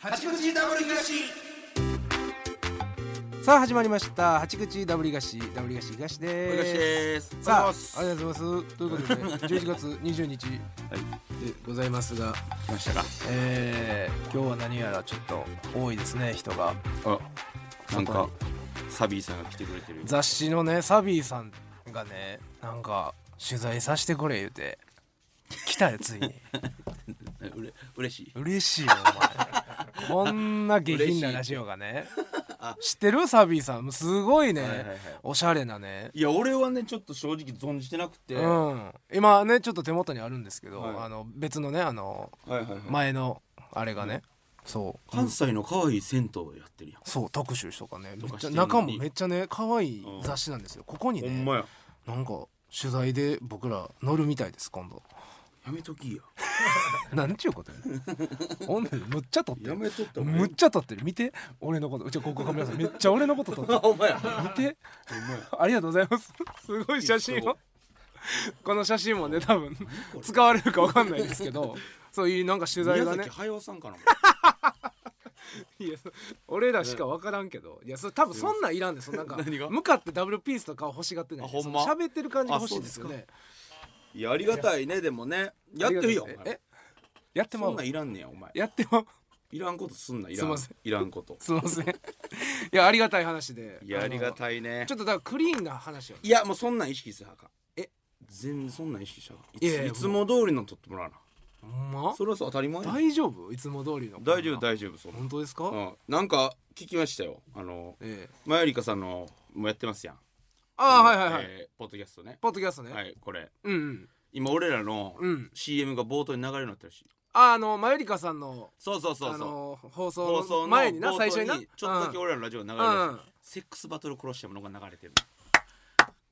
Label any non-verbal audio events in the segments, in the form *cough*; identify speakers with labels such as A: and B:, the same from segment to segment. A: 八口ダブル東
B: さあ始まりました八口ダブリガシダブリガシ東
A: お願いし
B: で
A: ますす
B: さああ
A: お
B: りがとうございますということでね
A: *laughs*
B: 11月20日で
A: はい
B: ございますが、
A: 来ましたか
B: えー、今日は何やらちょっと多いですね人が
A: あなんかサビーさんが来てくれてる
B: 雑誌のねサビーさんがねなんか取材させてくれ言うて来たよついに
A: えうれ嬉しい
B: 嬉しいよお
A: *laughs*
B: 前こんな下品なラジオがね
A: あ
B: 知ってるサビーさんすごいね、
A: はいはいはい
B: おしゃれなね
A: いや俺はねちょっと正直存じてなくて、は
B: うん、今ねちょっと手元にあるんですけど、
A: はい
B: あの別のねあの
A: いはいはい
B: 前のあれがね、そう
A: 関西の可愛い銭湯をやってるやん、
B: そう特集とかねめ
A: と
B: っ
A: か
B: ち
A: して
B: ゃ
A: んのに
B: 中もめっちゃね可愛い
A: うん
B: 雑誌なんですよここに
A: ほん
B: ね
A: まや
B: なんか取材で僕ら乗るみたいです今
A: *laughs*
B: 度
A: やめときや
B: なんちゅうことやねんほんでむっちゃ撮って
A: や
B: る
A: めとった
B: むっちゃ撮ってる見て俺のことうちここカメラさんめっちゃ俺のこと撮ってる
A: *laughs* ほんまや
B: 見てありがとうございます *laughs* すごい写真をこの写真もね多分使われるかわかんないですけ
A: *laughs*
B: どそういうなんか取材
A: 宮
B: がね
A: 崎駿さんかない
B: やそ俺らしか分からんけどいやそれ多分そんなんいらんですなんか
A: 何が
B: 向かってダブルピースとかを欲しがってない
A: あほんま
B: その喋ってる感じが欲しいんですよね
A: いやありがたいねでもねやってるよお前
B: えやってま
A: そん
B: う
A: なんいらんねやお前
B: やってまう *laughs*
A: いらんことすんないら
B: すい
A: ん
B: ません
A: いらんこと
B: すいませんいやありがたい話で
A: いやありが
B: い
A: たいね
B: ちょっとだからクリーンな話を
A: いやもうそんなん意識すはかん
B: え
A: 全然そんなん意識しはかん
B: い
A: い
B: やい
A: つ
B: や
A: いつも通りの取ってもらうな
B: ほんま
A: それはそう当たり前や
B: 大丈夫いつも通りの
A: 大丈夫大丈夫そんな
B: 本当ですか、
A: うんなんか聞きましたよあの
B: ええ
A: マユリカさんのもやってますやん
B: ああ
A: あ
B: はい
A: の
B: はいはい、
A: えーポッドキャストね
B: ポッドキャストね、
A: はいこれ
B: うんうん
A: 今俺らの
B: うん
A: CM が冒頭に流れるようになってるしい
B: ああのマユリカさんの
A: そうそうそう
B: あ
A: そう
B: の放
A: 放
B: 送
A: 送
B: の
A: の
B: 前にな
A: 冒頭
B: 最初にな
A: ちょっとだけ
B: うん
A: 俺らのラジオが流れるらしい
B: うん
A: セックスバトルクロシアムのが流れてる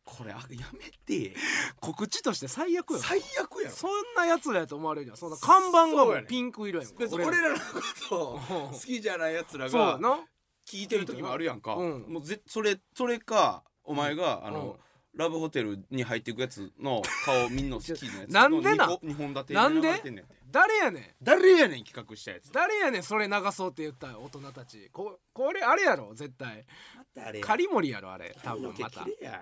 A: これあやめて
B: 告知として最悪よ
A: 最悪やろ
B: そんなやつらやと思われるやんそんな看板が
A: そ
B: も
A: うやね
B: うピンク色やんか
A: 別に俺らのことを好きじゃないやつら
B: そうや
A: が
B: な
A: 聞いてる時もあるやんか、
B: うん
A: もうぜそれそれかお前が、あ
B: うん
A: のラブホテルに入っていくやつの顔みんな好きなやつ
B: なんでなん
A: の二個二本立て
B: なんで
A: 流れてんねんて
B: 誰やねん
A: 誰やねん企画したやつ
B: 誰やねんそれ流そうって言った大人たちここれあれやろ絶対
A: あれ
B: カリモリやろあれ多分また
A: や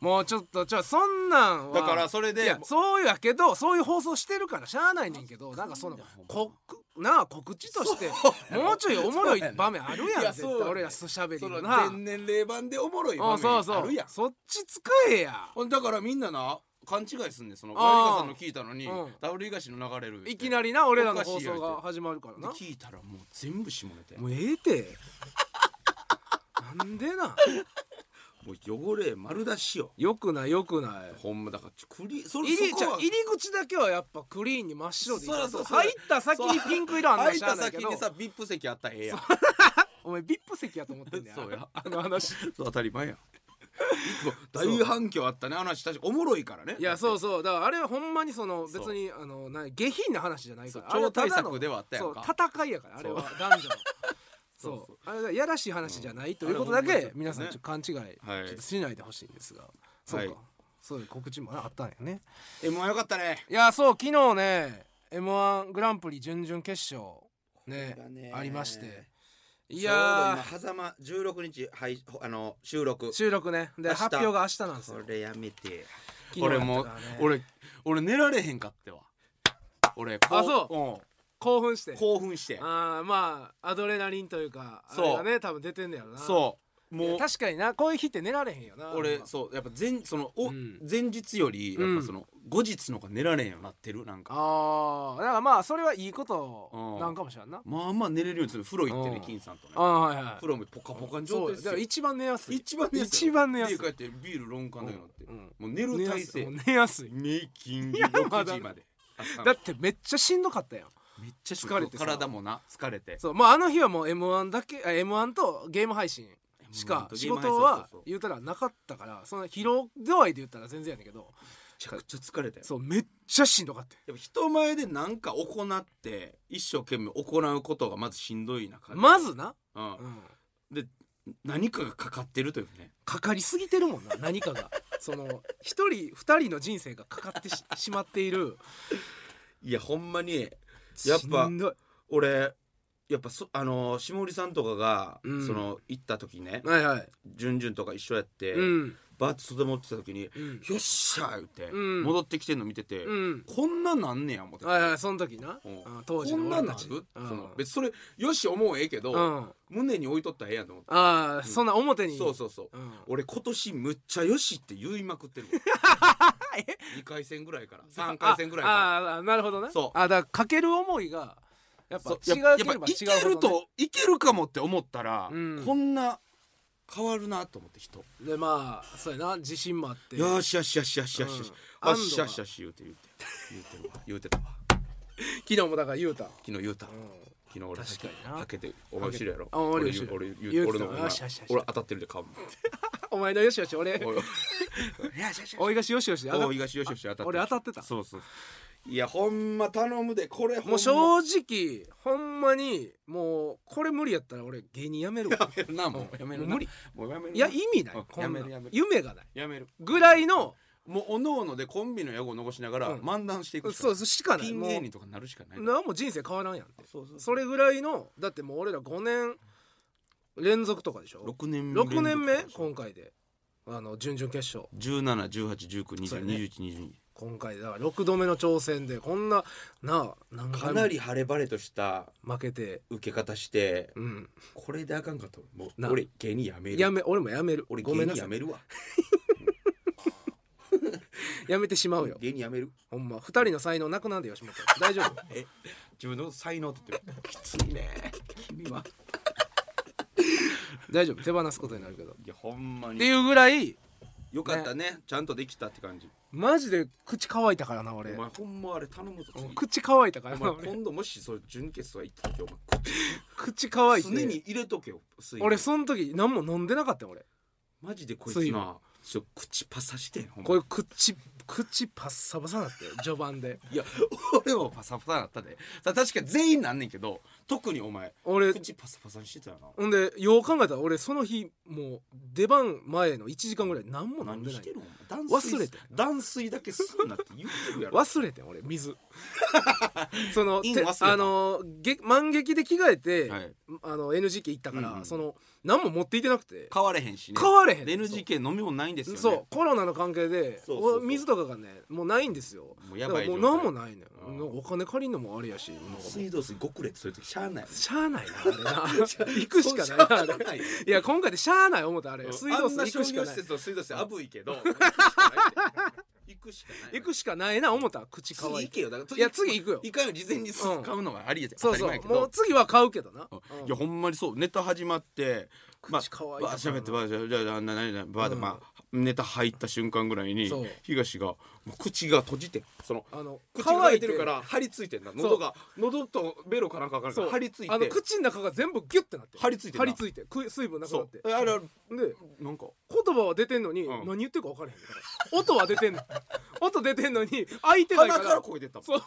B: もうちょっとちょそんなんは
A: だからそれ
B: い
A: で
B: やそうやけどそういう放送してるからしゃあないねんけどなんかそのこなあ告知としてもうちょいおもろい場面あるやん
A: いや
B: 絶
A: そう
B: 対
A: やねん
B: 俺らすしゃべり
A: そ
B: の
A: の
B: な
A: 全年齢版でおもろい
B: うんそうそ
A: あ
B: う
A: るやん
B: そっち使えや
A: ほんだからみんなな勘違いすんねんその
B: あ
A: マ
B: ー
A: ユリカさんの聞いたのに
B: うん
A: ダブル東の流れる
B: いきなりな俺らの
A: おか
B: 放
A: しいやん
B: 送が始まるから
A: で
B: な
A: 聞いたらもう全部下ネタや
B: もうええてなんでな
A: もう汚れ丸出しよ
B: よくないよくない
A: ほんまだからちょクリそれ
B: 入り
A: そ
B: ちゃ
A: こ
B: ん
A: は
B: 入り口だけはやっぱクリーンに真っ白でいいから
A: そうそうそう
B: 入った先にピンク色あんな
A: 入
B: ん
A: っ
B: しゃあ
A: た
B: ないけ
A: 先
B: ど
A: にさ VIP 席あったらええやん
B: お前ビップ席やと思ってんねや
A: *laughs* そうや
B: あの話
A: そう当たり前やん大反響あったねあの話確かおもろいからね
B: いやそううそうだからあれはほんまにその
A: そう
B: 別にあのな下品な話じゃないからあれ
A: 超
B: はた
A: 大
B: だの
A: 作ではあったや
B: そ
A: ん
B: う
A: か
B: 戦いやからあれは *laughs* 男女の
A: そう
B: そうあれがやらしい話じゃない、ということ
A: あ
B: だ
A: れほんまに
B: け皆さんちょっと勘違い、
A: はい
B: ちょっとしないでほしいんですがそうか、
A: はい
B: そういう告知もあったんやね
A: M はよかったね
B: いやそう昨日ね m 1グランプリ準々決勝ね
A: これがね
B: ありましてい
A: いや
B: や
A: 今狭間16日配あの収録
B: ー収録ねで
A: 明日
B: 発表が明日なんです
A: そ
B: よ
A: れやめて
B: 昨日やった
A: 俺
B: からね
A: もう俺俺寝られへんかってわ俺こ
B: あ興奮して
A: うん興奮して
B: あーまあアドレナリンというかあ
A: そう
B: れがね多分出てんねやろな
A: そうもう
B: 確かになこういう日って寝られへんよな
A: 俺
B: なんか
A: そうやっぱ前そのお、
B: うん
A: 前日よりやっぱその後日の方が寝られへんようになってるなんか
B: ああだからまあそれはいいこと
A: うん
B: なんかもしれんな
A: まあまあ寝れるようにする風呂行って
B: う
A: ね
B: ん
A: 金さんとね
B: ああはいはい
A: 風呂もポカポカの状
B: そう
A: 態
B: よ
A: で
B: だ
A: す
B: か
A: よ
B: ら一番寝やすい
A: 一番寝やすい
B: 一番寝やすい
A: 家帰ってビール論感だようになって、
B: うんうん
A: もう寝る体勢
B: もう寝やすい
A: メイキング *laughs*
B: いやま
A: 6
B: だ
A: 時まで朝の
B: だってめっちゃしんどかったやん
A: めっちゃ
B: 疲れてさ
A: 体もな疲れて
B: そうまああの日はもう m 1だけあ m 1とゲーム配信しか
A: M1 と
B: 仕
A: ゲーム配信
B: 事は
A: そうそうそう
B: 言うたらなかったからその疲労度合いで言ったら全然やねんけど
A: めちゃくちゃ疲れたよ
B: そうめっちゃしんどかったよ
A: やっぱ人前で何か行って一生懸命行うことがまずしんどい中で
B: ま、ずな、
A: うん
B: う、ん、
A: 何かがかかってるというね
B: かかりすぎてるもんな何か
A: *laughs*
B: がその一人二人の人生がかかってししまっている
A: いやほんまにやっぱ
B: しんどい
A: 俺やっぱそあのー下売さんとかが、
B: うん
A: その行った時ね
B: はいはい
A: 順々とか一緒やって、
B: うん
A: バーッと袖持ってた時に
B: う
A: 「
B: ん
A: よっしゃ!」言って、
B: うん
A: 戻ってきてんの見てて、
B: うん
A: こんなんなんねや思ってて、
B: はいはいその時な
A: うん
B: あ当時
A: こん
B: の
A: なん
B: 俺
A: な
B: た
A: る
B: ちうん
A: その別にそれよし思うええけど、
B: うん
A: 胸に置いとったらええやんと思って、
B: ああそんな表に
A: そうそうそう
B: うん
A: 俺今年むっちゃよしって言いまくっ
B: *laughs*
A: てる2回戦ぐらいから3回戦ぐらいから
B: あああなるほどな
A: そう
B: あだからかける思いがやっぱ
A: そう
B: 違う
A: やっ
B: け
A: ぱ
B: れば
A: い
B: 違
A: け
B: うほ
A: る
B: どね
A: といけるかもって思ったら、
B: うん
A: こんな変わるなと思って人
B: でまあそうやな自信もあって
A: よしよしよしよしよしよしよ
B: うん
A: しよしよし言うて言うて言うてるわ言うてたわ
B: 昨日もだから言うた
A: 昨日言うた昨日俺
B: 確かにな
A: はけてお前後ろやろ
B: あ俺
A: 俺
B: 後ろ
A: 俺言う
B: 言うてた
A: 俺の
B: よしよしよし
A: 俺当たってるで顔も
B: お前のよしよし俺
A: おい
B: おいがしよしよしで上がっ
A: 大東よしよし当たってる
B: 俺当たってた
A: そうそういやほんま頼むでこれほんま
B: もう正直ほんまにもうこれ無理やったら俺芸人やめるわ
A: やめるなもうやめるな
B: 無理
A: もうやめるない
B: や意味ない
A: うん
B: こんな
A: やめるやめる
B: 夢がない
A: やめる
B: ぐらいの
A: もうおのおのでコンビの野号を残しながら
B: うん
A: 漫談していくしか
B: そうそうしかな
A: ピ
B: い
A: ン
B: も
A: 芸
B: う
A: 人とかになるしかない
B: 何も人生変わらんやんって
A: そうそう
B: それぐらいのだってもう俺ら5年連続とかでしょ
A: 6年
B: 6年目今
A: 今
B: 回であの準々決勝そうやね
A: 171819202122
B: 今回だから6度目の挑戦でこんななあ何回も
A: かなり晴れ晴れとした
B: 負けて
A: 受け方して
B: うん
A: これであかんかともう
B: な
A: 俺芸人やめる
B: やめ俺もやめる
A: 俺
B: ご
A: 芸
B: めんなさ
A: 人や
B: い
A: めるわ
B: やめてしまうよ
A: 芸人やめる
B: ほんま2人の才能なくなんで吉本大丈夫
A: *laughs* 自分の才能って言ってるきついね君は
B: 大丈夫手放すことになるけどっ
A: いやほんま
B: て
A: に
B: いうぐらい
A: よかったねちゃんとできたって感じ
B: マジで口乾いたからな俺
A: お前ほんまあれ頼むぞ次
B: 口乾いたから
A: お前
B: な俺
A: 今度もしそれ準決とか行った時お前
B: 口乾いて
A: 常に入れとけよ水分
B: 俺その時何も飲んでなかったよ俺
A: マジでこい
B: 水
A: つ
B: 分
A: なちょ口パサしてんほんま
B: こういう口口パッサパサなって序盤で
A: いや俺もパサパサだったでさ確かに全員なんねんけど特にお前
B: 俺
A: 口パサパサにしてたよな
B: ほんでよう考えたら俺その日もう出番前の1時間ぐらい何も飲ん
A: 何
B: でな
A: し
B: い
A: てるの断水
B: 忘れて
A: 断水だけすんなって言うてるやろ
B: 忘れてん俺
A: *laughs*
B: 水その
A: イン
B: て
A: 忘れた
B: あのげ満劇で着替えて、
A: はい
B: あの NGK 行ったから、
A: うんうん
B: その何も持っていてなくて
A: 変われへんしね
B: 買われへん
A: で NGK 飲み物ないんですよね
B: そうコロナの関係で
A: そうそうそう
B: お水とかがねもうないんですよ
A: もうやばい
B: だ
A: 状
B: から
A: 態
B: もう何もないのよ
A: うん
B: なんかお金借りんのもあれやしなんかもう
A: 水道水ごくれってそういう時しゃあ *laughs* ない
B: しゃあないなあれな行くしかないなあれ
A: ない
B: いや今回でしゃあない思ったあれ水道水行
A: 行
B: く
A: く
B: しか
A: しか
B: な
A: ないい水道水あぶいけど行くしかない
B: 行くしかないな思った口
A: 次
B: 乾い
A: 行
B: て
A: けよだから
B: いや次行くよ
A: 行かんよ事前にす
B: うん
A: 買うのがありや
B: そう
A: 当
B: そ
A: たり前や
B: う
A: け
B: も
A: ど
B: う次は買うけどな
A: うんいやほんまにそうネタ始まってまあ
B: 口乾いたからな
A: バーッ喋ってバーッじゃあじゃあなななバーッて
B: うん
A: まあネタ入った瞬間ぐらいに
B: そう
A: 東がもう口が閉じてその
B: あの
A: 口が開いてるから張り付いてんな
B: う
A: 喉が喉とベロかなんか分からんか
B: そう
A: ら張り付い
B: あの
A: て
B: 口の中が全部ギュッてなって
A: 張り付いてん
B: 張
A: な
B: り付いてく水分なくな
A: そ
B: って
A: うあれ
B: で
A: なんか
B: 言葉は出てんのに、
A: うん
B: 何言ってるか分からへんから音は出てんの音出てんのに開いてないか
A: 鼻
B: ら
A: から声出た
B: そ
A: も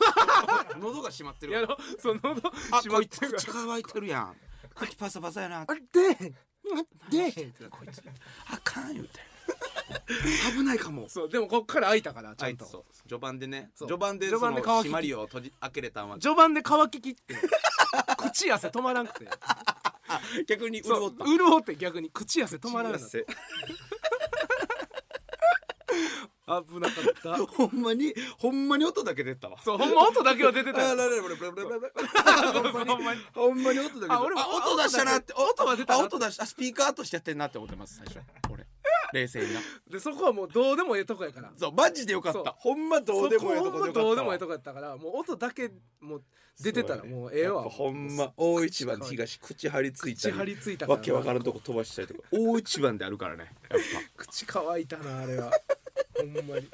B: うん
A: *laughs* 喉が閉まってる
B: やろその喉
A: あ
B: 閉ま
A: こ
B: っ
A: いつ
B: てる
A: 口乾いてるやん口パサパサやな
B: あでで
A: こいつあかん言うて危ないかも
B: そうでもこっから開いたからちゃんと
A: そう序盤でね
B: そう
A: 序盤で
B: 序
A: そ
B: 盤
A: の
B: で乾き
A: 締まりを閉じ開けれたんは
B: 序盤で乾ききって *laughs* 口汗止まらんくて
A: 逆に
B: そう
A: 潤った
B: 潤って逆に口汗止まらなくなった
A: 口
B: 危なかった
A: 汗ほんまにほんまに音だけ出たわ
B: そうほんま音だけは出てた
A: あ
B: よ *laughs*
A: らららららららら
B: ほんまに
A: ほんまに音だけ出た
B: あ俺も
A: あ音出したなって
B: 音は出た
A: あ
B: な
A: 音出したあスピーカーとしてやってんなって思ってます最初俺冷静にな
B: でそこはもうどうでもええとこやから
A: そうマジでよかっ
B: そう
A: たほんまどうでもええとこ
B: そ
A: でよ
B: こほん
A: かったわ
B: まどうでもええとこやったからもう音だけもう出てたらもうええわ
A: やっぱほんま大一番東口張り付いた
B: 口
A: り
B: 張りついた
A: わけわからんとこ飛ばしたりとか大一番であるからねやっ
B: 口乾いたなあれ
A: *laughs*
B: はほんまに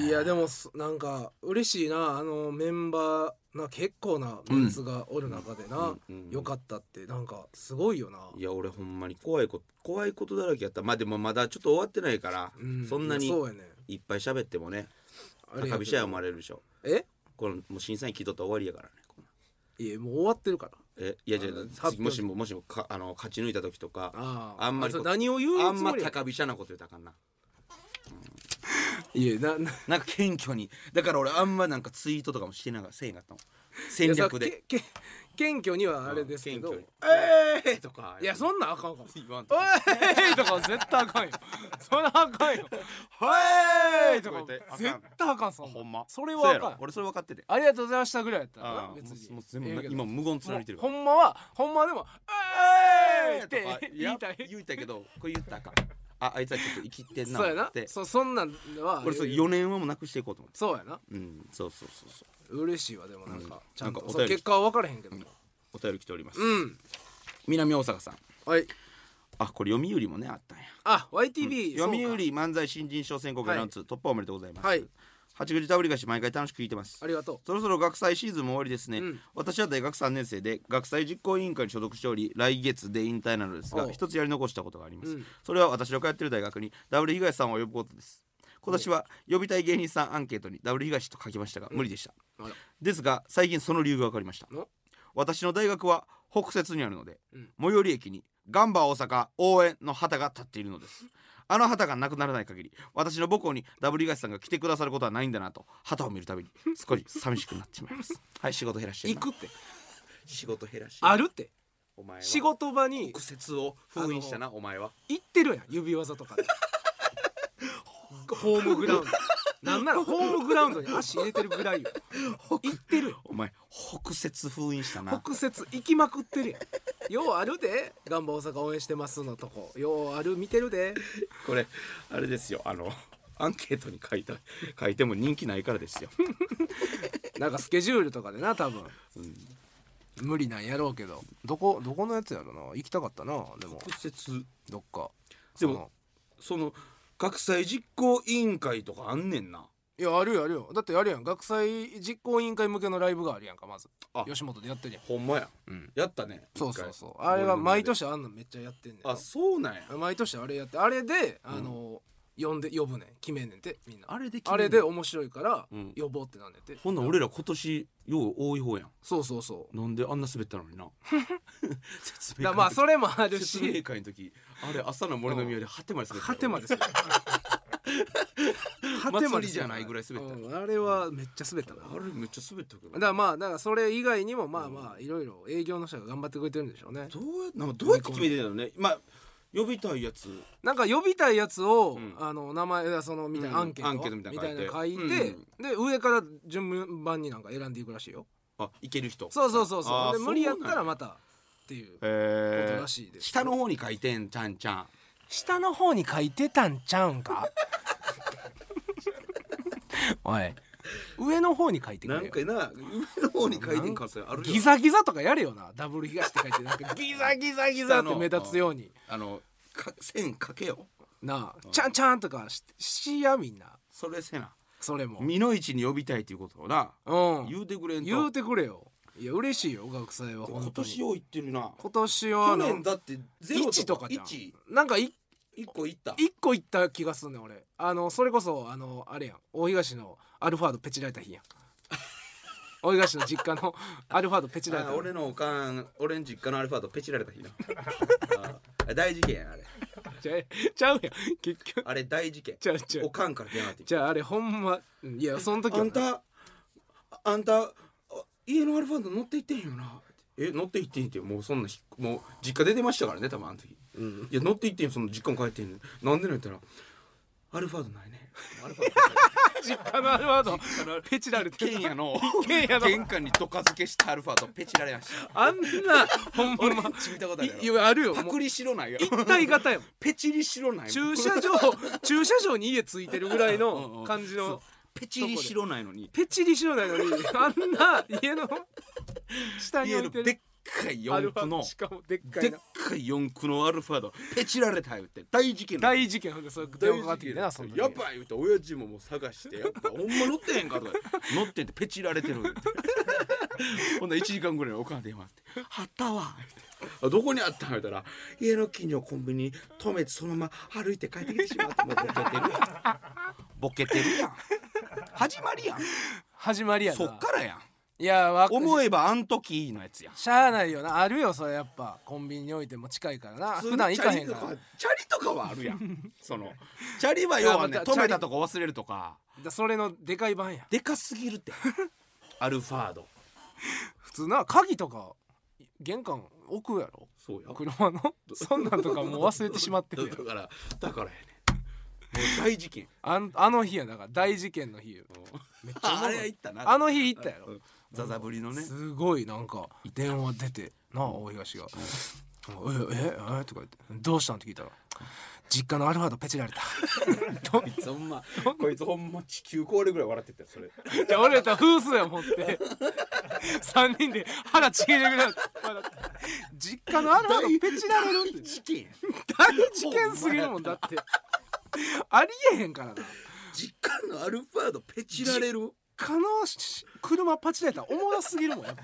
B: いやでもすなんか嬉しいなあのメンバーな結構なメンツがおる中でな、
A: うんうんうん
B: よかったってなんかすごいよな
A: ぱいや俺ほんまに怖いこと怖いことだらけやったまあでもまだちょっと終わってないから、
B: うん
A: そんなに
B: そうやね
A: いっぱい喋ってもね
B: あれや
A: 高
B: け
A: 飛車や
B: ど
A: 思われるでしょ
B: え
A: このもう審査員聞いとったら終わりやからねこんなん
B: いやもう終わってるから
A: えいやじゃ
B: あの
A: あ次もしももしもかあの勝ち抜いた時とか
B: あ
A: あんまり
B: そう何を言
A: あ
B: うんつ
A: ま
B: もりや
A: 高飛車なこと言ったらあかんない
B: やなな
A: なんか謙虚にだから俺あんまなんかツイートとかもしてながらせえへんかったもん戦略
B: いや
A: で
B: さけけ謙虚にはあれですけど、
A: うん謙
B: ええ
A: とか
B: いやそんなんあかんかも
A: 言わんと
B: お
A: こ
B: いとか絶対あかんよそれはあかんよ
A: は
B: お
A: ー
B: い
A: い
B: と
A: と
B: か
A: か
B: 絶
A: 言って
B: 対
A: あか
B: あか
A: ん
B: んそんな
A: ほんま
B: それはあか
A: うや
B: ん
A: ろ俺それ分かってて
B: ありがとうございましたぐらいやったらな
A: ああ
B: 別に
A: もう全部
B: ええけど
A: 今無言貫いてる
B: ほんまはほんまでも「えーい!」って言いたい
A: 言いたいけどこれ言ったらあかんああいつはちょっと生きてんな
B: そうやな
A: って
B: そそんなんは
A: 俺そう4年はもうなくしていこうと思って
B: そうやな
A: うんそうそうそうそう
B: 嬉しいわでもなんか、
A: うん
B: ちゃん
A: なん
B: と
A: かお便り
B: その結果は分からへんけども
A: お便り来ております
B: うん、
A: 南大阪さん
B: はい
A: あこれ読売もねあったんや
B: あ YTB、そう
A: 読
B: か
A: 売漫才新人賞選考会ランツ突破おめでとうございます
B: はい
A: 八口ダブリガシ毎回楽しく聞いてます
B: ありがと
A: そろそろ学祭シーズンも終わりですね、
B: うん
A: 私は大学3年生で学祭実行委員会に所属しており来月で引退なのです
B: お
A: が
B: う
A: 一つやり残したことがあります、
B: うん
A: それは私の通っている大学にダブル東さんを呼ぶことです今年は呼びたい芸人さんアンケートにダブル東と書きましたが無理でした、
B: うあら
A: ですが最近その理由が分かりました
B: お
A: 私の大学は北節にあるので、
B: うん
A: 最寄り駅にガンバ大阪応援の旗が立っているのですあの旗がなくならない限り私の母校にダブル東さんが来てくださることはないんだなと旗を見るたびに少し寂しくなってしまいます *laughs* はい仕事減らして
B: 行
A: るな
B: くって
A: 仕事減らしてる
B: あるって
A: お前は
B: 仕事場に
A: 苦節を封印したなお前は
B: 行ってるやん指輪とかでホームグラウンドなんならホームグラウンドに足入れてるぐらいよ行ってるよ
A: お前北節封印したな
B: 北節行きまくってるやんようあるでガンバ大阪応援してますのとこようある見てるで
A: これあれですよあのアンケートに書いた書いても人気ないからですよ、
B: なんかスケジュールとかでな多分
A: うん、
B: 無理なんやろうけどどこどこのやつやろな行きたかったなでも
A: 北節
B: どっか
A: でもその学祭実行委員会とかあんねんない
B: やあるよあるよだってあるやん学祭実行委員会向けのライブがあるやんかまず
A: あ
B: 吉本でやってるやん
A: ほんまや、
B: うん
A: やったね
B: そうそうそ
A: 一
B: う
A: 回
B: あれは毎年あんのめっちゃやってんねん
A: あそうなんや
B: 毎年あれやってあれであの、呼んで呼ぶねん決めんねんてみんな
A: あれで決めんねん
B: あれで面白いから
A: うん
B: 呼ぼうってなんねんて、
A: ほんなん俺ら今年よう多い方やん
B: そうそうそ
A: なんであんな滑ったの
B: *laughs*
A: にな説
B: う
A: 明
B: だから
A: 会
B: まあそれもある
A: 説明
B: し
A: 会の時あれ朝の森の宮で果てまで滑った
B: 果てまで
A: *laughs*
B: 滑った果
A: 祭りじゃないぐらい滑った
B: うんあれはめっちゃ滑ったな
A: あれめっちゃ滑ったけど
B: だからまあだからそれ以外にもまあまあいろいろ営業の人が頑張ってくれてるんでしょうね
A: どうやなんかどうやって決めてたのねまあ呼びたいやつ
B: なんか呼びたいやつを、
A: うん
B: あの名前だそのみたいなア
A: うん
B: ンケート,、
A: アンケートみたいなの書いて
B: の書いて、
A: うん
B: で上から順番になんか選んでいくらしいよ
A: あいける人
B: そうそうそうそ
A: あ
B: う
A: ー
B: で無理やっ
A: そ
B: た
A: うな
B: ら
A: ん
B: またっていうこと
A: へ
B: らしいです
A: 下の方に書いてんちゃんちゃん
B: 下の方に書いてたんちゃうん *laughs* かおい上の方に書いてくれよ
A: な上の方に
B: 書いてん可
A: 能性あ
B: ギザギザとかやれよなダブル東って書いてなん
A: *laughs*
B: かギザギザギザって目立つように
A: あのか線かけよ
B: なあちゃんちゃんとかししやみんな
A: それせな
B: それも
A: 美の市に呼びたいっていうことをな
B: うん
A: 言うてくれんと
B: 言うてくれよいや嬉しいよ学祭は
A: 今
B: 本当に
A: 年よう言ってるな
B: 今年は
A: 去
B: あの
A: 年だってゼロ
B: 1とかじゃん
A: 1
B: なんかい
A: 一個いった
B: 一個行った気がすんねん俺あのそれこそあのあれやん大東のアルファードペチられた日
A: *laughs*
B: やん大東の実家のアルファードペチられ
A: あ
B: た
A: ー俺のおかん俺ん実家のアルファードペチられた
B: *laughs*
A: 日なあー大事件やあれ
B: ちゃうちゃうやん結局
A: あれ大事件
B: ちゃうちゃ
A: お
B: う
A: かんから電話ってき
B: じゃああれほんまうんいやその時
A: た
B: は
A: あんたあんたあ家のアルファード乗っていってんよなえ乗っていってんってもうそんなひもう実家出てましたからね多分あの時
B: うん
A: いや乗っていってんよその実家も帰ってんのなんでなんやったらアルファードないねアルファー *laughs*
B: 実家のアルファードペチられ
A: ド
B: てる
A: 家の
B: 剣やの
A: 玄関にどか付けしたアルファードペチられました
B: あんなほん
A: 俺
B: ま
A: ち見たことあるやろ
B: いいやあるよ
A: パ
B: もう
A: クリしろないよ
B: 一体型やもん
A: ペチリしろないもん
B: 駐車場
A: *laughs*
B: 駐車場に家ついてるぐらい
A: うんう
B: の
A: ん
B: 感じ
A: そ
B: の
A: うペチリしろないのに
B: ペチリしろない
A: *laughs*
B: のにあんな家の下に
A: 家
B: 置い
A: の
B: て
A: でっ
B: る
A: かい
B: ア
A: 四
B: ルファ
A: 駆の
B: しかもでっか
A: で
B: い
A: っ
B: な
A: かい四駆のアルファードペチられたよって大事件だ
B: 大事件ほんでそれ電話かかってきてなその時
A: やばい言うて親父ももう探してやっぱほんま乗ってへんかとか *laughs* 乗ってんってペチられてる *laughs* 言うてほんなら1時間ぐらいのおかん電話して「あったわ」言うてあどこにあったん?」言うたら「家の近所のコンビニに止めてそのまま歩いて帰ってきてしまってもうボケてるやんボケてるやん始まりやん
B: 始まりやな
A: そっからやん
B: いやわ
A: 思えばあん時のやつやん
B: しゃあないよなあるよそれやっぱコンビニに置いても近いからな普段行かへんから
A: チャリとチャリとかはあるやんそ *laughs* のチャリは要はね
B: いやまた
A: 止めたとこ忘れるとか
B: だそれのでかい版や
A: *laughs* でかすぎるってアルファード
B: 普通な鍵とか玄関置くやろ
A: そうや
B: 車のそんなんとかもう忘れてしまってるや
A: だ
B: ん
A: からだからやねもう大事件
B: あんあの日やだから大事件の日めっちゃおも
A: *laughs* あ
B: ろい
A: れは行ったな
B: あの日行ったやろ
A: うんザザブリのね
B: すごいなんか電話出てなあ大東が「ええええとか言って「どうしたん?」って聞いたら「実家のアルファードペチられた」
A: こいつほんまこいつほんま地球壊れぐらい笑ってたよそれ
B: *laughs* じゃあ俺らと夫婦やもん *laughs* って3人で腹ちぎれるぐらい笑って実家のアルファードペチられるって
A: 事件
B: 大事件すぎるもんだってありえへんからな
A: 実家のアルファードペチられる
B: 可能し車パチられたらおもろすぎるもんやっ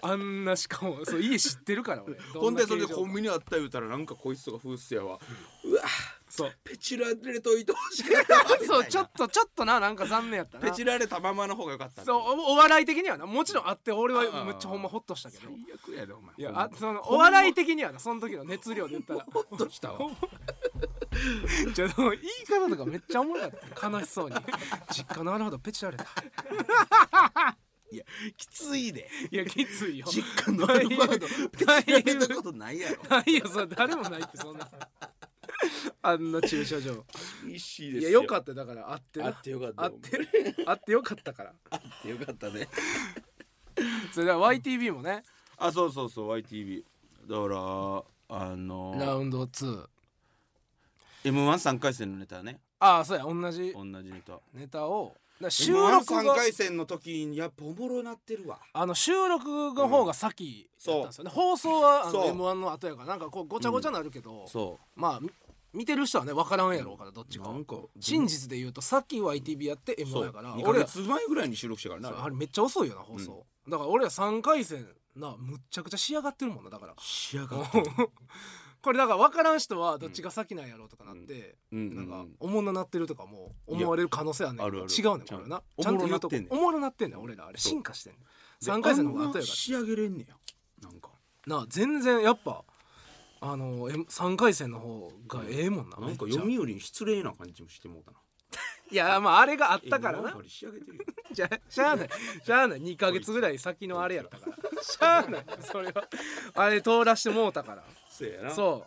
B: ぱあんなしかもそう家知ってるから俺
A: ほんでそれでコン
B: ビ
A: ビニあった言うたらなんかこいつとか風水やわうわ
B: そう
A: ペチられといてほし *laughs* かったわみたいな
B: そうちょっとちょっとななんか残念やったな
A: ペチられたままの方がよかった
B: そうおお笑い的にはなもちろんあって俺はめっちゃほんまホッとしたけ
A: 最
B: ど
A: 悪やでお前
B: い
A: ほ
B: や
A: んま
B: あそのお笑い的にはなその時の熱量で言ったら
A: ほっとしたわ
B: ちょっと言い方とかめっちゃおもろかった悲しそう
A: *laughs*
B: に実家のアルファードペチられた
A: いやきついで
B: いやきついよ
A: 実家のアルファードペチられたことないやろ
B: ないよそれ誰もないってそんなあんな駐車場
A: 厳しいで
B: い
A: す
B: や
A: よ
B: よかったよだからあってな
A: あってよかった
B: あってるあってよかったから
A: ってよかったね
B: それでは YTV もね
A: あそうそうそう YTV だからあ
B: ラ
A: の
B: ウンド2
A: m 1 3回戦のネタね
B: ああそうや同じ
A: 同じネタ
B: ネタをだから収
A: m
B: 録
A: 1
B: が
A: 3回戦の時にやっぱおもろなってるわ
B: あの収録の方が先だったんですよね、放送はあ
A: そう
B: の m 1の後やからなんかこうごちゃごちゃになるけど、
A: そ
B: まあみ見てる人はね分からんやろうからどっち
A: う
B: か
A: なんか
B: 真実で言うとさっき YTV やって m
A: そ
B: 1
A: う
B: やから
A: 2ヶ
B: 俺ら
A: 月前ぐらいに収録したから
B: そうあ
A: な
B: れめっちゃ遅いよな放送、だから俺ら3回戦なむっちゃくちゃ仕上がってるもんなだから
A: 仕上がってる
B: *laughs* これだから分からん人はどっちが先なんやろうとかなって、
A: うん
B: なん
A: う
B: か
A: ん
B: おもんななってるとかも思われる可能性はねん
A: いやあるある
B: 違うねんこれな
A: ち
B: ち
A: ゃ
B: ゃ
A: ん
B: ん
A: と
B: と言うとこ
A: おもろなってんねん
B: おもろなってんねん俺らあれ
A: そう
B: 進化してんねん3回戦の方が後や
A: あんな
B: から
A: 仕上げれんねやなんか
B: なあ全然やっぱあのえ3回戦の方がええもんな,、
A: なんか
B: めっちゃ
A: 読みより失礼な感じもしてもうたない
B: やまああれがあったから
A: やっ
B: な
A: ぱり仕上げてるよ
B: じゃしゃあないしゃあない2ヶ月ぐらい先のあれやったからしゃあないそれはあれ通らしてもうたから
A: *laughs* そうやな
B: そ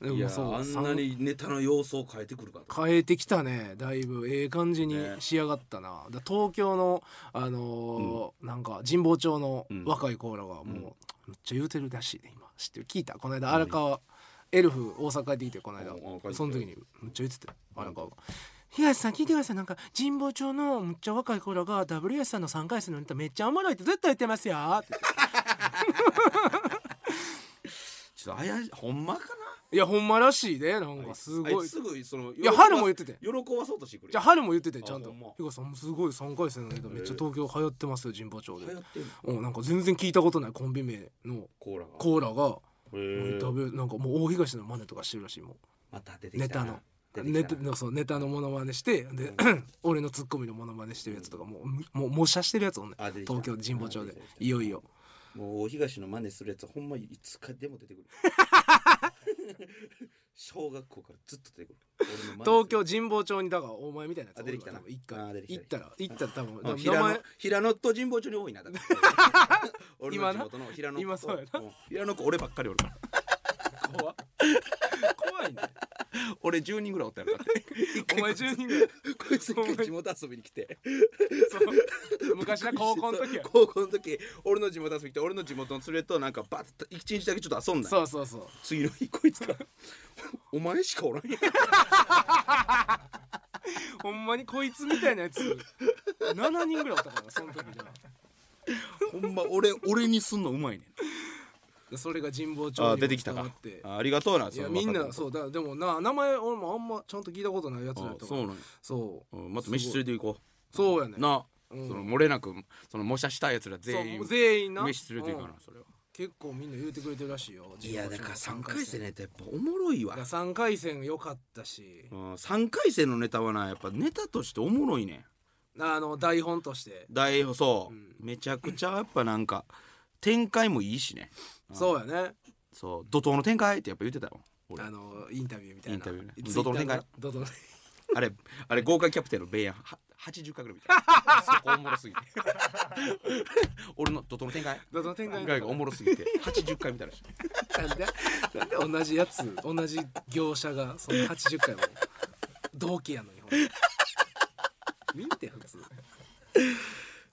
B: うで
A: いや
B: そう
A: あんなにネタの様相を変えてくるかと
B: 変えてきたねだいぶええ感じに
A: ね
B: 仕上がったな、だ東京のあのーなんか神保町の
A: うん
B: 若い子らがもう、めっちゃ言うてるらしいね今知ってる聞いたこの間荒川エルフ大阪でいてこの間
A: うんうん帰ってきた
B: その時にめっちゃ言ってたよ荒川が。東さん聞いてくださいなんか神保町のむっちゃ若い子らが WS さんの3回戦のネタめっちゃおもろいってずっと言ってますよって
A: ちょっと怪しいほんまか
B: いやほんまらしいでなん
A: な
B: かすご
A: あ
B: い
A: つすぐそのい
B: や春も言ってて
A: 喜ばそうとしてくれ
B: じゃあ春も言ってて
A: あ
B: ちゃんと
A: ほんま
B: 「ヒカさんもうすごい3回戦のネタめっちゃ東京流行ってますよ神保町
A: 流
B: で」
A: 行ってんの
B: うん、なんか全然聞いたことないコンビ名の
A: コーラが
B: コーラが、
A: へー
B: 食べなんかもう大東の真似とかしてるらしいもん
A: また出てき
B: ネ
A: た
B: タ
A: な
B: の
A: 出て
B: ネ
A: き
B: タ
A: たな
B: のそうネタのモノマネしてで、俺のツッコミのモノマネしてるやつとかもうもう模写してるやつおんねん
A: あ出てきた
B: 東京神保町
A: あ
B: で
A: 出てきた
B: いよいよ
A: もう大東の真似するやつほんまいつかでも出
B: *laughs*
A: てくる小学校からずっと出てくる俺の真似する
B: 東京神保町にだからお前みたいなやつ
A: あ出てきたな
B: おるから
A: あ
B: 多分
A: 出てき
B: 一
A: た
B: 回行ったら行ったら多
A: うん
B: 分でも
A: 平
B: 名
A: 野
B: 前
A: 平野と神保町に多いなだから俺の地元の平野
B: *laughs*
A: と
B: 今そうや
A: ん平野子俺ばっかりおるから
B: 怖っ怖いね
A: 俺10人ぐらいおったやろだって
B: お前10人ぐらい
A: こいつ一回地元遊びに来て
B: そう昔な高校の時は
A: 高校の時俺の地元遊びに来て俺の地元の連れとなんかバッと一日だけちょっと遊んだ
B: そうそうそう
A: 次の日こいつが *laughs* 「お前しかおらんやん
B: ほんまにこいつみたいなやつ7人ぐらいおったからなその時じゃ
A: ほんま俺俺にすんのうまいねん」
B: *laughs* それが神保町に
A: あー
B: も
A: 出てきた
B: 伝わ
A: か
B: って
A: あありがとうない
B: やみんな
A: う
B: そうだでもな名前俺もあんまちゃんと聞いたことないやつだった
A: そうなの
B: そ
A: うんまた飯連れて行こ
B: うそうやね
A: うなそ
B: うん
A: の漏れなくその模写したやつら全
B: そ
A: 員
B: う全員な
A: 飯連れて行か
B: う
A: なんそれは
B: 結構みんな言うてくれてるらしいよ
A: いやだから3
B: 三
A: 回戦ネタやっぱおもろいわ
B: 3回戦良かったし
A: うん3回戦のネタはなやっぱネタとしておもろいねん
B: あの台本として
A: 大そう、
B: うん
A: めちゃくちゃやっぱなんか展開もいいしねうん
B: そうやね
A: そう怒涛の展開ってやっぱ言ってたよ俺
B: あのインタビューみたいな
A: インタビューね
B: ツイッター
A: 怒涛の展開
B: 怒涛の *laughs*
A: あれあれ豪華キャプテンのベイヤンは80回ぐらい見たそこおもろすぎて *laughs* 俺の怒涛の展開
B: どの展
A: 展
B: 開
A: 開がおもろすぎて80回見たらしい
B: なんでなんで同じやつ同じ業者がその80回も同期やのにほんま見んて普通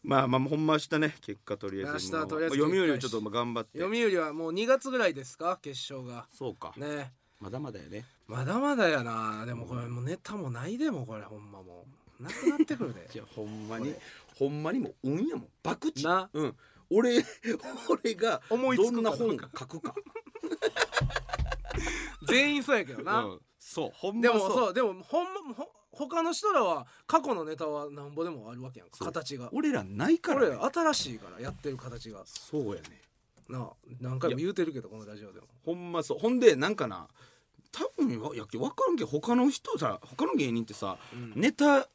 A: まあまあほんま明日ね結果とりあえず
B: 明日とりあえず
A: ま読売をちょっとまあ頑張って
B: 読売はもう2月ぐらいですか決勝が
A: そうか、
B: ね
A: まだまだよね
B: まだまだやなでもこれもうネタもないでもこれほんまもうなくなってくるで
A: *laughs* いやほんまにほんまにもう運やもん博打
B: な
A: うん俺 *laughs* 俺が
B: 思いつく
A: どん
B: か
A: な
B: な
A: 本書くか
B: 全員そうやけどな、
A: うんそうほんま
B: でも
A: そう
B: そうでもほんまほ他の人らは過去のネタはなんぼでもあるわけやんか
A: そう
B: 形が
A: 俺らないから、
B: 俺
A: ね、
B: ら新しいからやってる形が
A: そうやね
B: なあ何回も言うてるけどこのラジオでも
A: ほんまそうほんでなんかな多分わ野球分からんけど他の人さ他の芸人ってさ、
B: うん
A: ネタ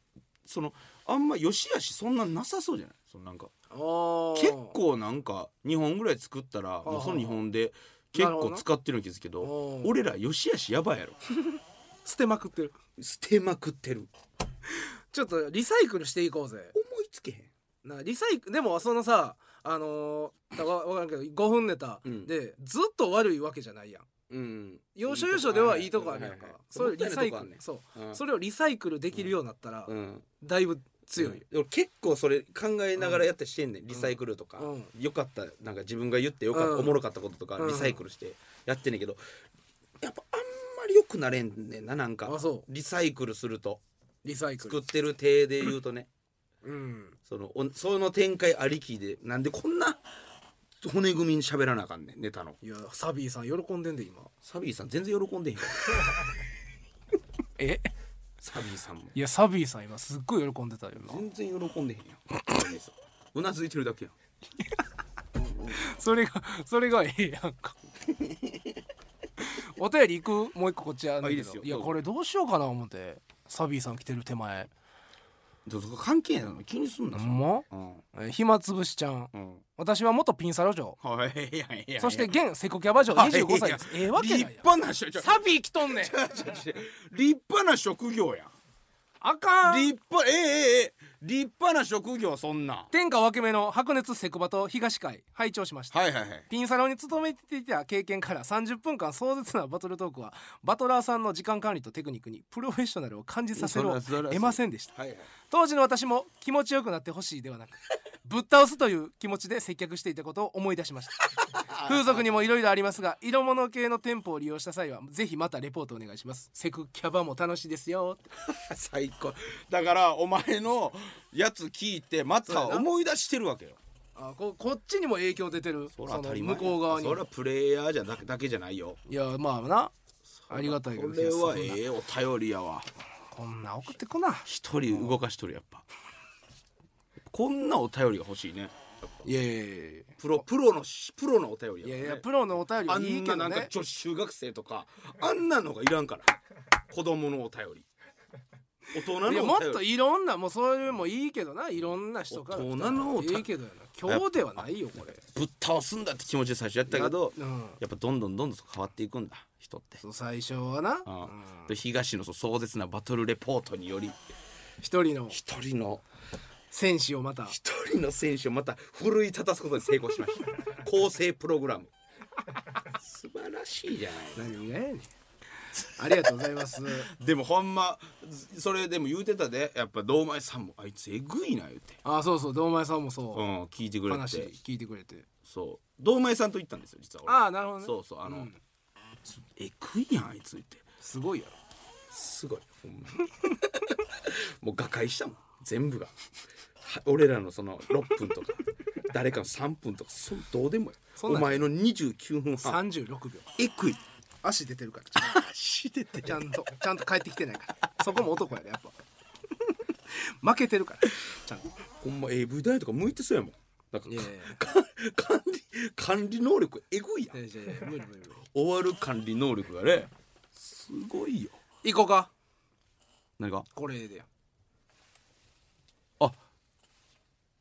A: そのあんまよしあしそんななさそうじゃないそのなんか結
B: 結
A: 構なんか2本ぐらい作ったら
B: あ
A: もうその2本で結
B: なるほど
A: 構
B: な
A: 使ってるんですけど
B: おー
A: 俺らよしあしやばいやろ
B: 捨てまくってる
A: 捨てまくってる
B: ちょっとリサイクルしていこうぜ
A: 思いつけへん
B: なリサイクでもそのさあのー、だわわからんけど5分ネタ
A: うん
B: でずっと悪いわけじゃないやん
A: うん
B: 要所要所ではいいとこあるやんかそれをリサイクル、そう
A: うん
B: それをリサイクルできるようになったら、
A: ん
B: だいぶ強い、
A: うん俺結構それ考えながらやったりしてんねん、リサイクルとか、
B: うん
A: よかったなんか自分が言ってよかった、
B: うん
A: おもろかったこととか
B: うん
A: リサイクルしてやってんねんけどやっぱあんまりよくなれんねんななんか
B: あそう
A: リサイクルすると
B: リサイク
A: 作っ
B: ル
A: てる体で言うとね
B: うん
A: そのおその展開ありきでなんでこんな骨組みに喋らなあかんねんネタの
B: いやサビーさん喜んでんで今
A: サビーさん全然喜んでへんから
B: え
A: サビーさんも
B: いやサビーさん今すっごい喜んでたよ
A: 全然喜んでへんやんサビーさんうなずいてるだけやん
B: それがそれがええやん
A: *laughs*
B: かお便り行くもう一個こっちあんねんけど
A: あいいですよ
B: いや
A: どうぞ
B: これどうしようかな思ってサビーさん来てる手前
A: どうぞ関係ないの気にすんな
B: ほ
A: そ
B: ん
A: んな
B: ま
A: うん
B: えー暇つぶしちゃん
A: うん
B: 私は元ピンサロ嬢
A: はい、いやいや
B: そして
A: い
B: 現セコキャバ嬢
A: や
B: 25歳です
A: い
B: え
A: や
B: えわけない
A: 立
B: やん
A: 派な職業
B: サビー来とんねん
A: 立派な職業や
B: あかん
A: 立派ええええええ立派な職業そんなん
B: 天下分け目の白熱セコバと東海拝聴しました
A: はいはいはい
B: ピンサロに勤めていた経験から30分間壮絶なバトルトークはバトラーさんの時間管理とテクニックにプロフェッショナルを感じさせろ
A: そらそらそら
B: 得ませんでした
A: はいはい *laughs*
B: 当時の私も気持ちよくなってほしいではなくぶっ倒すという気持ちで接客していたことを思い出しました
A: *laughs*
B: 風俗にもいろいろありますが色物系の店舗を利用した際はぜひまたレポートお願いしますセクキャバも楽しいですよ
A: 最高だからお前のやつ聞いてまた思い出してるわけよ
B: あここっちにも影響出てる
A: そら当たり
B: の
A: 前
B: 向こう側に
A: そらプレイヤーじゃだけだけじゃないよ
B: いやまあなありがたいけ
A: こ
B: ど
A: れはい
B: やそんな
A: ええお便りやわ
B: こんな送ってこな
A: 一人動かしとるやっぱこんなお便りが欲しいね
B: いやいやいやいや
A: プロプロのプロのお便りや
B: いや
A: もん
B: い
A: ね
B: やプロのお便り
A: あ
B: はいい
A: ん
B: けど
A: な
B: ね
A: なんか女子中学生とかあんなのがいらんから子供のお便り大人の
B: い
A: お便
B: や
A: り
B: もっといろんなもうそういうのもいいけどないろんな人から
A: 大人のお便り
B: いいけどやな今日ではないよこれ
A: ぶっ倒すんだって気持ちで最初やったけど
B: やうん
A: やっぱどんどんどんどん変わっていくんだ人って、
B: そう最初はな
A: うん
B: うん
A: で東のそう壮絶なバトルレポートにより
B: 一人の
A: 一人の
B: 戦士をまた
A: 一人の選手をまた奮い立たすことに成功しました
B: *laughs*
A: 構成プログラム素晴らしいじゃない
B: 何がやねんありがとうございます *laughs*
A: でもほんまずそれでも言うてたでやっぱ堂前さんもあいつえぐいな言うて、
B: あそうそう堂前さんも
A: う
B: そ
A: ん、聞いてく
B: う
A: れ
B: 話
A: て
B: 聞いてくれて
A: そう堂前さんと行ったんですよ実は俺
B: ああなるほどね
A: そうそうあの、
B: ん
A: つえぐいやんあいつ言って
B: すごいやろ
A: すごいほんまにもう瓦解したもん全部がは俺らのその6分とか誰かの3分とかそうどうでもよ
B: そ
A: お
B: んなん
A: 前の29分半
B: 36秒
A: えぐい
B: 足出てるから
A: 足出て
B: ちゃんとちゃんと帰ってきてないからそこも男やでやっぱ *laughs* 負けてるからちゃんと
A: ほんま AV 代とか向いてそうやもんなんか
B: いやいや
A: か管理管理能力えぐいやん
B: いやいやいや無理無理無
A: 終わる管理能力がねすごいよ
B: 理行こうか
A: 何か
B: これで
A: あ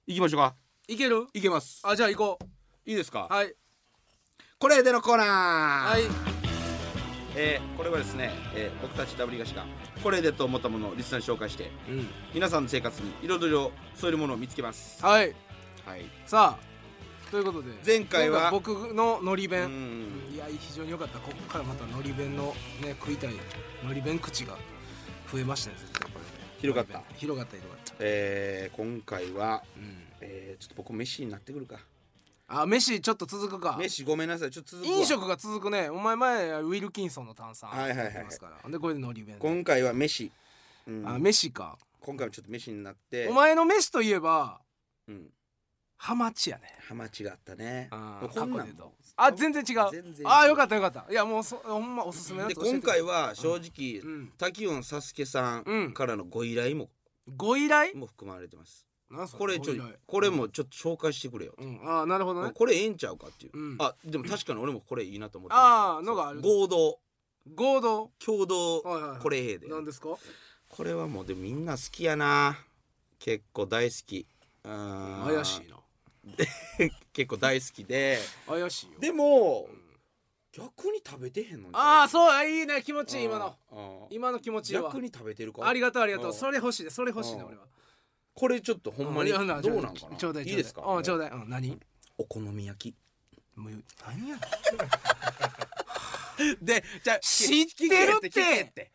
A: 行きましょうか
B: いける
A: 行けます
B: あじゃあ行こ
A: いいですか
B: うはい
A: これでのコーナー
B: はい
A: えーこれはですね、えー僕たち W がしがこれでと思ったものをリスナーに紹介して
B: うん、
A: 皆さんの生活に彩りを添えるものを見つけます
B: はい
A: はい
B: さあということで
A: 前回は
B: 今回僕ののり
A: う
B: 弁、
A: ん
B: いや非常に良かったここからまたのり弁のね食いたいのり弁口が増えましたね絶対これで
A: 広がった
B: 広がった広がった、
A: えー、今回は、
B: うん、
A: えー、ちょっと僕飯になってくるか
B: あ飯ちょっと続くか
A: 飯ごめんなさいちょっと続くわ
B: 飲食が続くねお前前ウィルキンソンの炭酸
A: はいはいはい
B: やってますから、でこれでのり弁
A: 今回は飯、うん、
B: あ飯か
A: 今回はちょっと飯になって
B: お前の飯といえば
A: うん
B: ハマチやね
A: ハマチがあったね
B: あ
A: もうこんなん
B: 過去で言うとあ全然違うああよか
A: っ
B: ったよかったいやもうそほんまおすすめのや
A: で
B: つ教えて
A: 今
B: くれ
A: 回は正直、
B: うん
A: 滝音サスケさ
B: うん
A: んからのご依頼も、
B: ご依頼
A: も含まれてます
B: なんすか
A: これち
B: ご
A: ょ
B: 依頼
A: これもちょっと紹介してくれよ、
B: うんああなるほどね
A: これええんちゃうかっていう、
B: うん
A: あでも確かに俺もこれいいなと思って
B: あー
A: そう
B: のがある
A: 合同
B: 合同
A: 共同
B: はいはいはい
A: これええで
B: なんですか
A: これはもうでもみんな好きやな結構大好きあー
B: 怪しいな
A: 結構大好きで
B: 怪しいよ
A: でも、逆に食べてへんのに
B: ああそういいね気持
A: う
B: ちいい今の
A: の
B: 今の気持ちいいわ
A: 逆に食べてるか
B: ありがとうありがと
A: う
B: うんそれ欲しいねそれ欲しいね
A: うん
B: 俺は
A: これちょっとほんまに
B: う
A: どうなん
B: じゃあ
A: かな
B: ちょうだいちょうだい
A: いいですか
B: うんちょうだいうん何
A: お好み焼き
B: もう何や
A: でじゃあ
B: 知ってるって
A: 聞け聞けって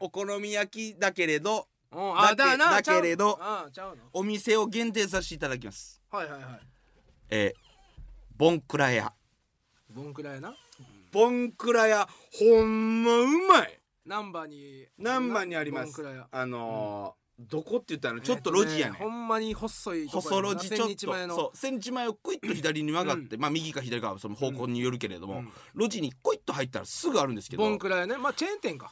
A: お好み焼きだけれど
B: うん
A: だけだけれど
B: ああちゃうの
A: お店を限定させていただきます
B: はいはいはい
A: えー、ボンクラ屋
B: ボンクラやな
A: ボンクラ屋ほんまうまい
B: ナンバーに
A: 何番にありま
B: ボン
A: す
B: クラや
A: あのーどこって言ったらちょっと路地やねん、
B: えっとほんまに細いとこ
A: 細
B: やな
A: 路地
B: 千日
A: ちょっ
B: 前
A: と
B: の
A: そう千日前をクイッと左に曲がって、まあ右か左かその方向によるけれども、路地にクイッと入ったらすぐあるんですけど
B: ボンクラやねまあチェーン店か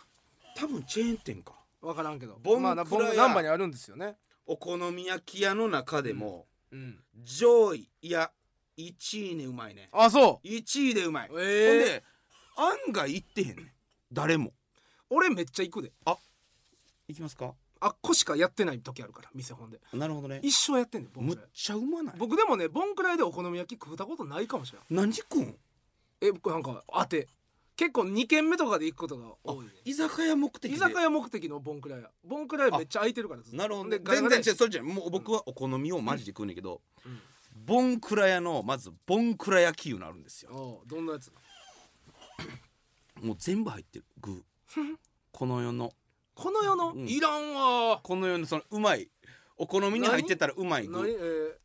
A: 多分チェーン店か
B: わからんけど
A: ボンクラや
B: まあなボンナンバーにあるんですよね
A: お好み焼き屋の中でも、
B: うん
A: 上位いや1位ねうまいね
B: あそ
A: 1位でうまい、
B: う
A: ほん
B: ええ
A: で案外行ってへんねん誰も
B: 俺めっちゃ行くで
A: 行きますか
B: あっこしかやってない時あるから店本で
A: なるほどね
B: 一生やってんねんボン
A: む
B: ク
A: っ
B: ラや
A: ちゃうまない
B: 僕でもねボンクラやでお好み焼き食うたことないかもしれん
A: 何くん
B: え僕なんか当て結構2軒目とかで行くことが多いね
A: 居酒屋目的で
B: 居酒屋目的のボンクラやボンクラやめっちゃ空いてるからずっと
A: なるほど、
B: で
A: ね、
B: ガラ
A: 全
B: ガラ
A: 然違うそれじゃないもう僕はお好みをマジで食うねんだけど、
B: うん
A: ボンクラ屋のまずボンクラ焼きいうのあるんですよ
B: おうどんなやつ
A: もう全部入ってる *laughs* 具この世の
B: この世の、
A: うん
B: いらんわ
A: この世のそのうまいお好みに入ってたらうまい
B: 何、え
A: 具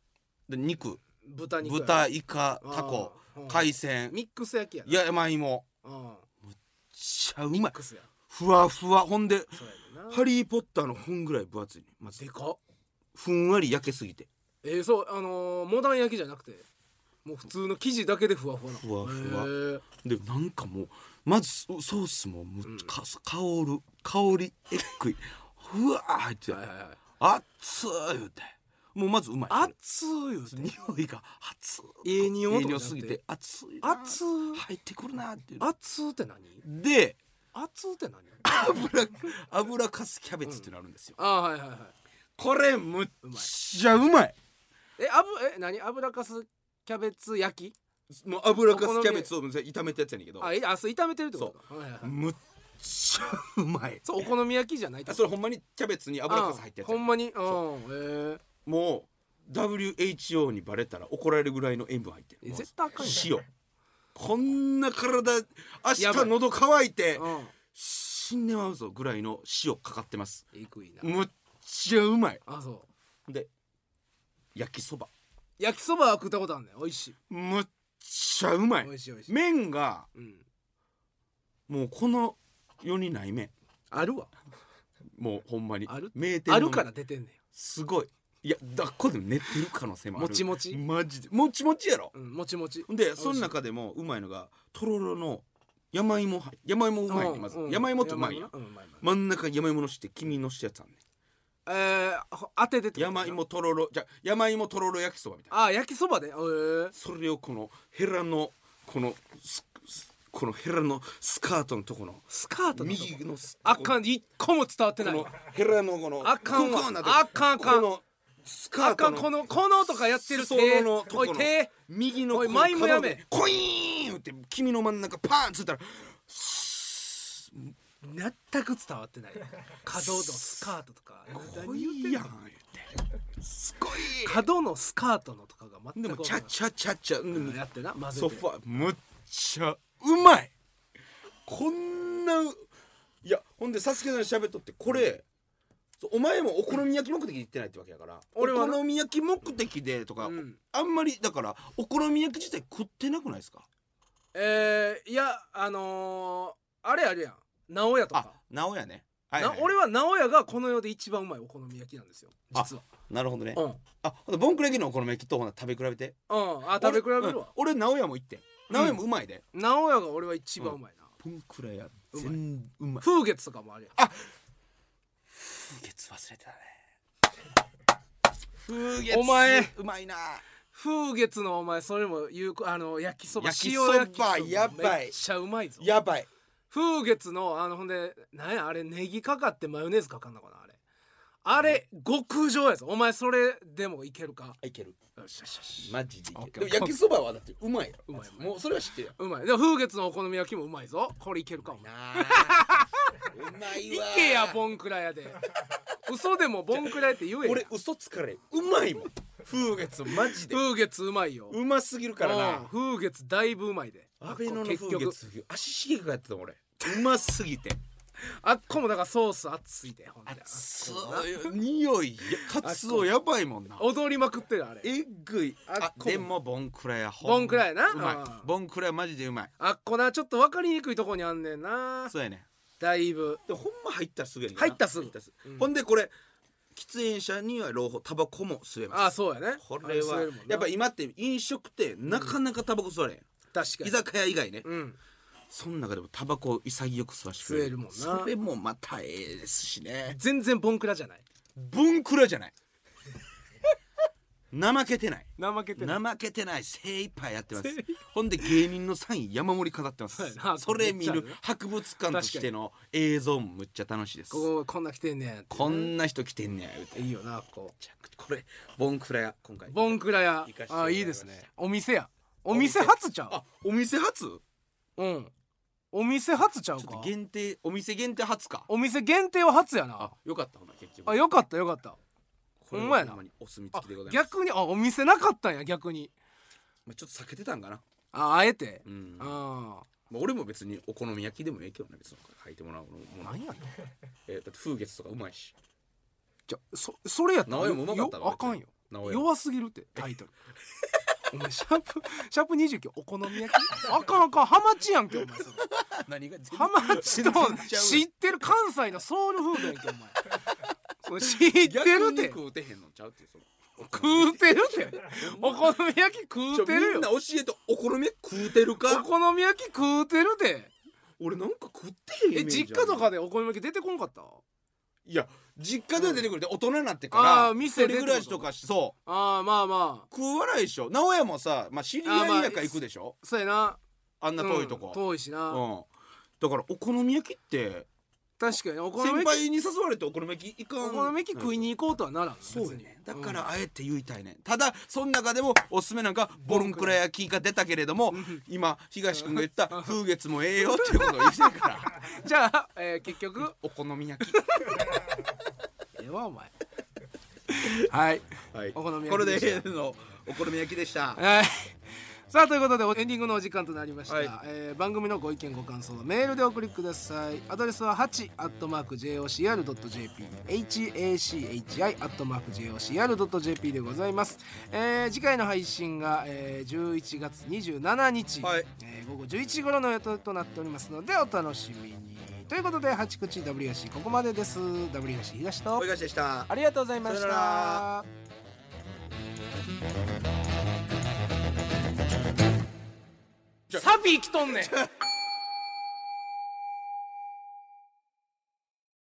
B: ー、
A: で肉
B: 豚肉や
A: 豚イカタコ
B: あーうん
A: 海鮮
B: ミックス焼きやな
A: 山芋
B: うんミ
A: ちゃう
B: ッ
A: まい
B: クスや
A: ふわふわほんで
B: そうやねんな
A: ハリー・ポッターの本ぐらい分厚いねまず
B: でかっ
A: ふんわり焼けすぎて
B: えー、そうあのー、モダン焼きじゃなくてもう普通の生地だけでふわふわな
A: ふわふわ
B: へー
A: でなんかもうまずソソースもむっちゃか香る香りえっくいふわー入って
B: はいはい
A: た
B: はい
A: 熱い言うてもうまずうまい
B: 熱いよ
A: 匂いが熱
B: ええ匂いとかじゃなくて
A: すぎて熱いな
B: 熱
A: 入ってくるなっていう
B: 熱って何
A: で
B: 熱って何
A: 油油かすキャベツっていうのあるんですよ、
B: あーはいはいはい
A: これむっ
B: まい
A: ちゃうまい
B: えあぶえ何油かすキャベツ焼き
A: もう油かすキャベツを炒めたやつやねんけど
B: あえあそう炒めてるってことかはいはいはい
A: むっちゃうまい
B: そうお好み焼きじゃないって
A: あ
B: こ
A: そ
B: と
A: れほんまにキャベツに油かす入って
B: あーほんまにうんえ
A: もう WHO にバレたら怒られるぐらいの塩分入ってる
B: え
A: もう
B: 絶対あかんやん
A: 塩こんな体明
B: やばい
A: 日喉乾いて
B: うん
A: 死んでまうぞぐらいの塩かかってます
B: えぐいな
A: むっちゃうまい
B: あそう
A: で焼きそば
B: 焼きそばは食ったことあるねん美味しい
A: むっちゃうまい
B: 美味しい美味しい
A: 麺が
B: うん
A: もうこの世にない麺
B: あるわ
A: もうほんまに
B: ある
A: 名店の
B: あ
A: 麺
B: るから出てんね
A: すごいいやだっこでも寝てる可能性もある
B: もちもち
A: マジでもちもちやろ
B: んうんもちもち
A: でその中でもうまいのがとろろの山芋入山芋うまいねまず
B: んん
A: 山芋ってうまいやん
B: 山芋なうんうまいうまい
A: 真ん中に山芋のして黄身のしたやつあんねん
B: えーほ当ててってこと
A: 山芋とろろじゃ山芋とろろ焼きそばみたいな
B: あー焼きそばでえー
A: それをこのヘラのこのすすこのヘラのスカートのとこの
B: スカートのとこ
A: 右のす
B: あかん一個も伝わって
A: こ
B: ない
A: のヘラのこの
B: あかんわ
A: ここなとこ
B: あかんあかん
A: このスカ
B: あ
A: ー
B: か
A: ト
B: ん
A: の
B: このこのとかやってる
A: 裾野
B: 手
A: のと
B: お
A: こ
B: い
A: の
B: 手
A: 右の
B: おい
A: この
B: マイムやめ
A: 角でコイーンって君の真ん中パーンっつったらスー
B: 全く伝わってない角のスカートとか
A: 濃いやん言ってすごい
B: 角のスカートのとかが全
A: で
B: く分
A: もチ
B: から
A: ャ
B: ん
A: チャチャチャうん
B: やってな混ぜて
A: ソファむっちゃうまいこんないやほんでサスケさん喋っとってこれそうお前もお好み焼き目的で行ってないってわけやから
B: 俺は
A: お
B: な
A: 好み焼き目的でとか、
B: うん
A: あんまりだからお好み焼き自体食ってなくないですか
B: えー、いやあのー、あれあれやん直屋と
A: あ
B: か、
A: なおやね、はい
B: な
A: はい
B: 俺は直屋がこの世で一番うまいお好み焼きなんですよ
A: あ
B: 実は
A: なるほどね
B: うん
A: あほんでボンクレギのお好み焼きとほな食べ比べて
B: うんあ食べ比べるわ
A: 俺,、うん、俺なおやも行ってんなおやもうまいで、
B: 直屋が俺は一番うまいな、
A: ボンクレや
B: うまい
A: 全うまい
B: 風月とかもあるやん
A: 風月忘れてたね風月
B: お前
A: うまいな
B: 風月のお前それも言うあの焼きそば
A: 焼きそ
B: 塩
A: ば
B: 焼きそば
A: やばい
B: めっちゃうまいぞ
A: やばい
B: 風月のあのほんでなんやあれネギかかってマヨネーズかかんのかなあれあれ極上やぞお前それでもいけるか
A: いける
B: よしよしよし
A: マジでい
B: オッ
A: け
B: ケ
A: る
B: ー
A: でも焼きそばはだってうまいやろ
B: うまいうまい
A: もうそれは知ってるや
B: うまいでも風月のお好み焼きもうまいぞこれいけるかも
A: んなあう
B: *laughs*
A: まい
B: い
A: わ
B: けやボンクラやで嘘でもボンクラやって言えや
A: 俺嘘つかれんうまいもん風月マジで
B: 風月うまいよ
A: うますぎるから
B: うん
A: な
B: 風月だいぶうまいで
A: アベノの
B: 結
A: 風
B: 局
A: 月足しげくやってたもん俺うますぎて
B: あっこもだからソース熱いでほんで
A: そういう匂いやカツオやばいもんな
B: 踊りまくってるあれ
A: えっぐい
B: あ
A: あ
B: こ
A: でもボンクラやほん
B: ボンクラやな
A: うまい
B: うん
A: ボンクラマジでうまい
B: あっこなちょっと分かりにくいとこにあんねんな
A: そうやね
B: だいぶ
A: でほんま入ったらすぐやねんな
B: 入ったらすぐうん
A: ほんでこれ喫煙者には朗報タバコも吸えます
B: ああそうやね
A: これ
B: あ
A: は
B: 吸えるもんな
A: やっぱ今って飲食店なかなかタバコ吸われん、
B: 確かに
A: 居酒屋以外ね、
B: うん
A: その中でもタバコを潔く吸わしてく
B: 吸
A: れ
B: えるもんな
A: それもまたええですしね
B: 全然ボンクラじゃない
A: ボンクラじゃない *laughs* 怠けてない
B: 怠けてない
A: 怠けてない精一杯やってます
B: 精一杯
A: ほんで芸人のサイン山盛り飾ってま
B: そうや
A: す
B: な
A: それ見
B: めっ
A: る
B: ちゃあるな
A: 博物館としての映像もむっちゃ楽しいです
B: こここんな来てんねんって
A: こんな人来てんねや言うて
B: いいよなあっこ
A: これボンクラや今回
B: ボンクラや
A: 行かせても
B: ああ
A: らいました
B: いいですねお店やお店初ちゃ
A: あお店初ちょ
B: ううんお店初ちゃう
A: っと
B: か
A: 限定お店限定初か
B: お店限定は初や
A: あ
B: な
A: よかったほな結局
B: あよかったよかった
A: これ
B: ほん
A: は
B: まやな
A: にお墨
B: あ
A: 付きでございます
B: 逆にあお店なかったんや逆に
A: まあ、ちょっと避けてたんかな
B: ああえて
A: うんまあ、
B: あ
A: 俺も別にお好み焼きでもええけどな別に履いてもらうのも
B: あなんやねん
A: えーだって風月とかうまいし
B: じゃそそれやったら
A: 直江もうまかったわ
B: よあかんよ
A: 直江も
B: 弱すぎるってタイトル *laughs* お前シャープシャープ29お好み焼き *laughs* あかんあかんハマチやんけお前それ
A: 何が全然
B: ハマチと
A: *laughs* 全然ちゃう
B: 知ってる関西のソウルフードやんけお前それ知ってるっ
A: *laughs* 逆に
B: て
A: 食うてへんのちゃうってその
B: 食うてるってお好み焼き食うてる
A: みん
B: よ
A: な教えてお好み焼き食うてる
B: お
A: か
B: 好み焼き食うてるで
A: 俺なんか食ってへんイメ
B: え
A: ージある
B: 実家とかでお好み焼き出てこんかった
A: いや実家では出てくるって大人になってから、
B: あー店で
A: 一人暮らしとかしそう
B: ああまあまあ
A: 食わないでしょ直屋もさ、まあ、知り合いやから行くでしょ
B: そうやな
A: あんな遠いとこ、
B: うん
A: うん
B: 遠いしな、
A: だからお好み焼きって
B: 確かにお好み
A: 先
B: 焼き
A: 輩に誘われてお好み焼き行かん
B: お好み焼き食いに行こうとはならん
A: そうやねだ
B: 別に
A: からあえて言いたいね、ただその中でもおすすめなんかボルンクラ焼きが出たけれども、今東君が言った風月もええよっていうことを言ってるから *laughs*
B: うんじゃあ、えー結局
A: お好み焼き
B: ええわお前 *laughs* はい
A: はい
B: お好み焼き
A: これで
B: でした
A: ええのお好み焼きでした
B: はいさあということでエンディングのお時間となりました、
A: はい
B: えー番組のご意見ご感想はメールでお送りくださいアドレスは 8-jocr.jp hachi-jocr.jp でございます、えー次回の配信が、えー11月27日、
A: はい
B: えー午後11時頃の予定となっておりますのでお楽しみにということで八口 W 東ここまでです W 東東と
A: おいがしでした
B: ありがとうございまし
A: さよ
B: た
A: なら。
B: サビ生きとんねん。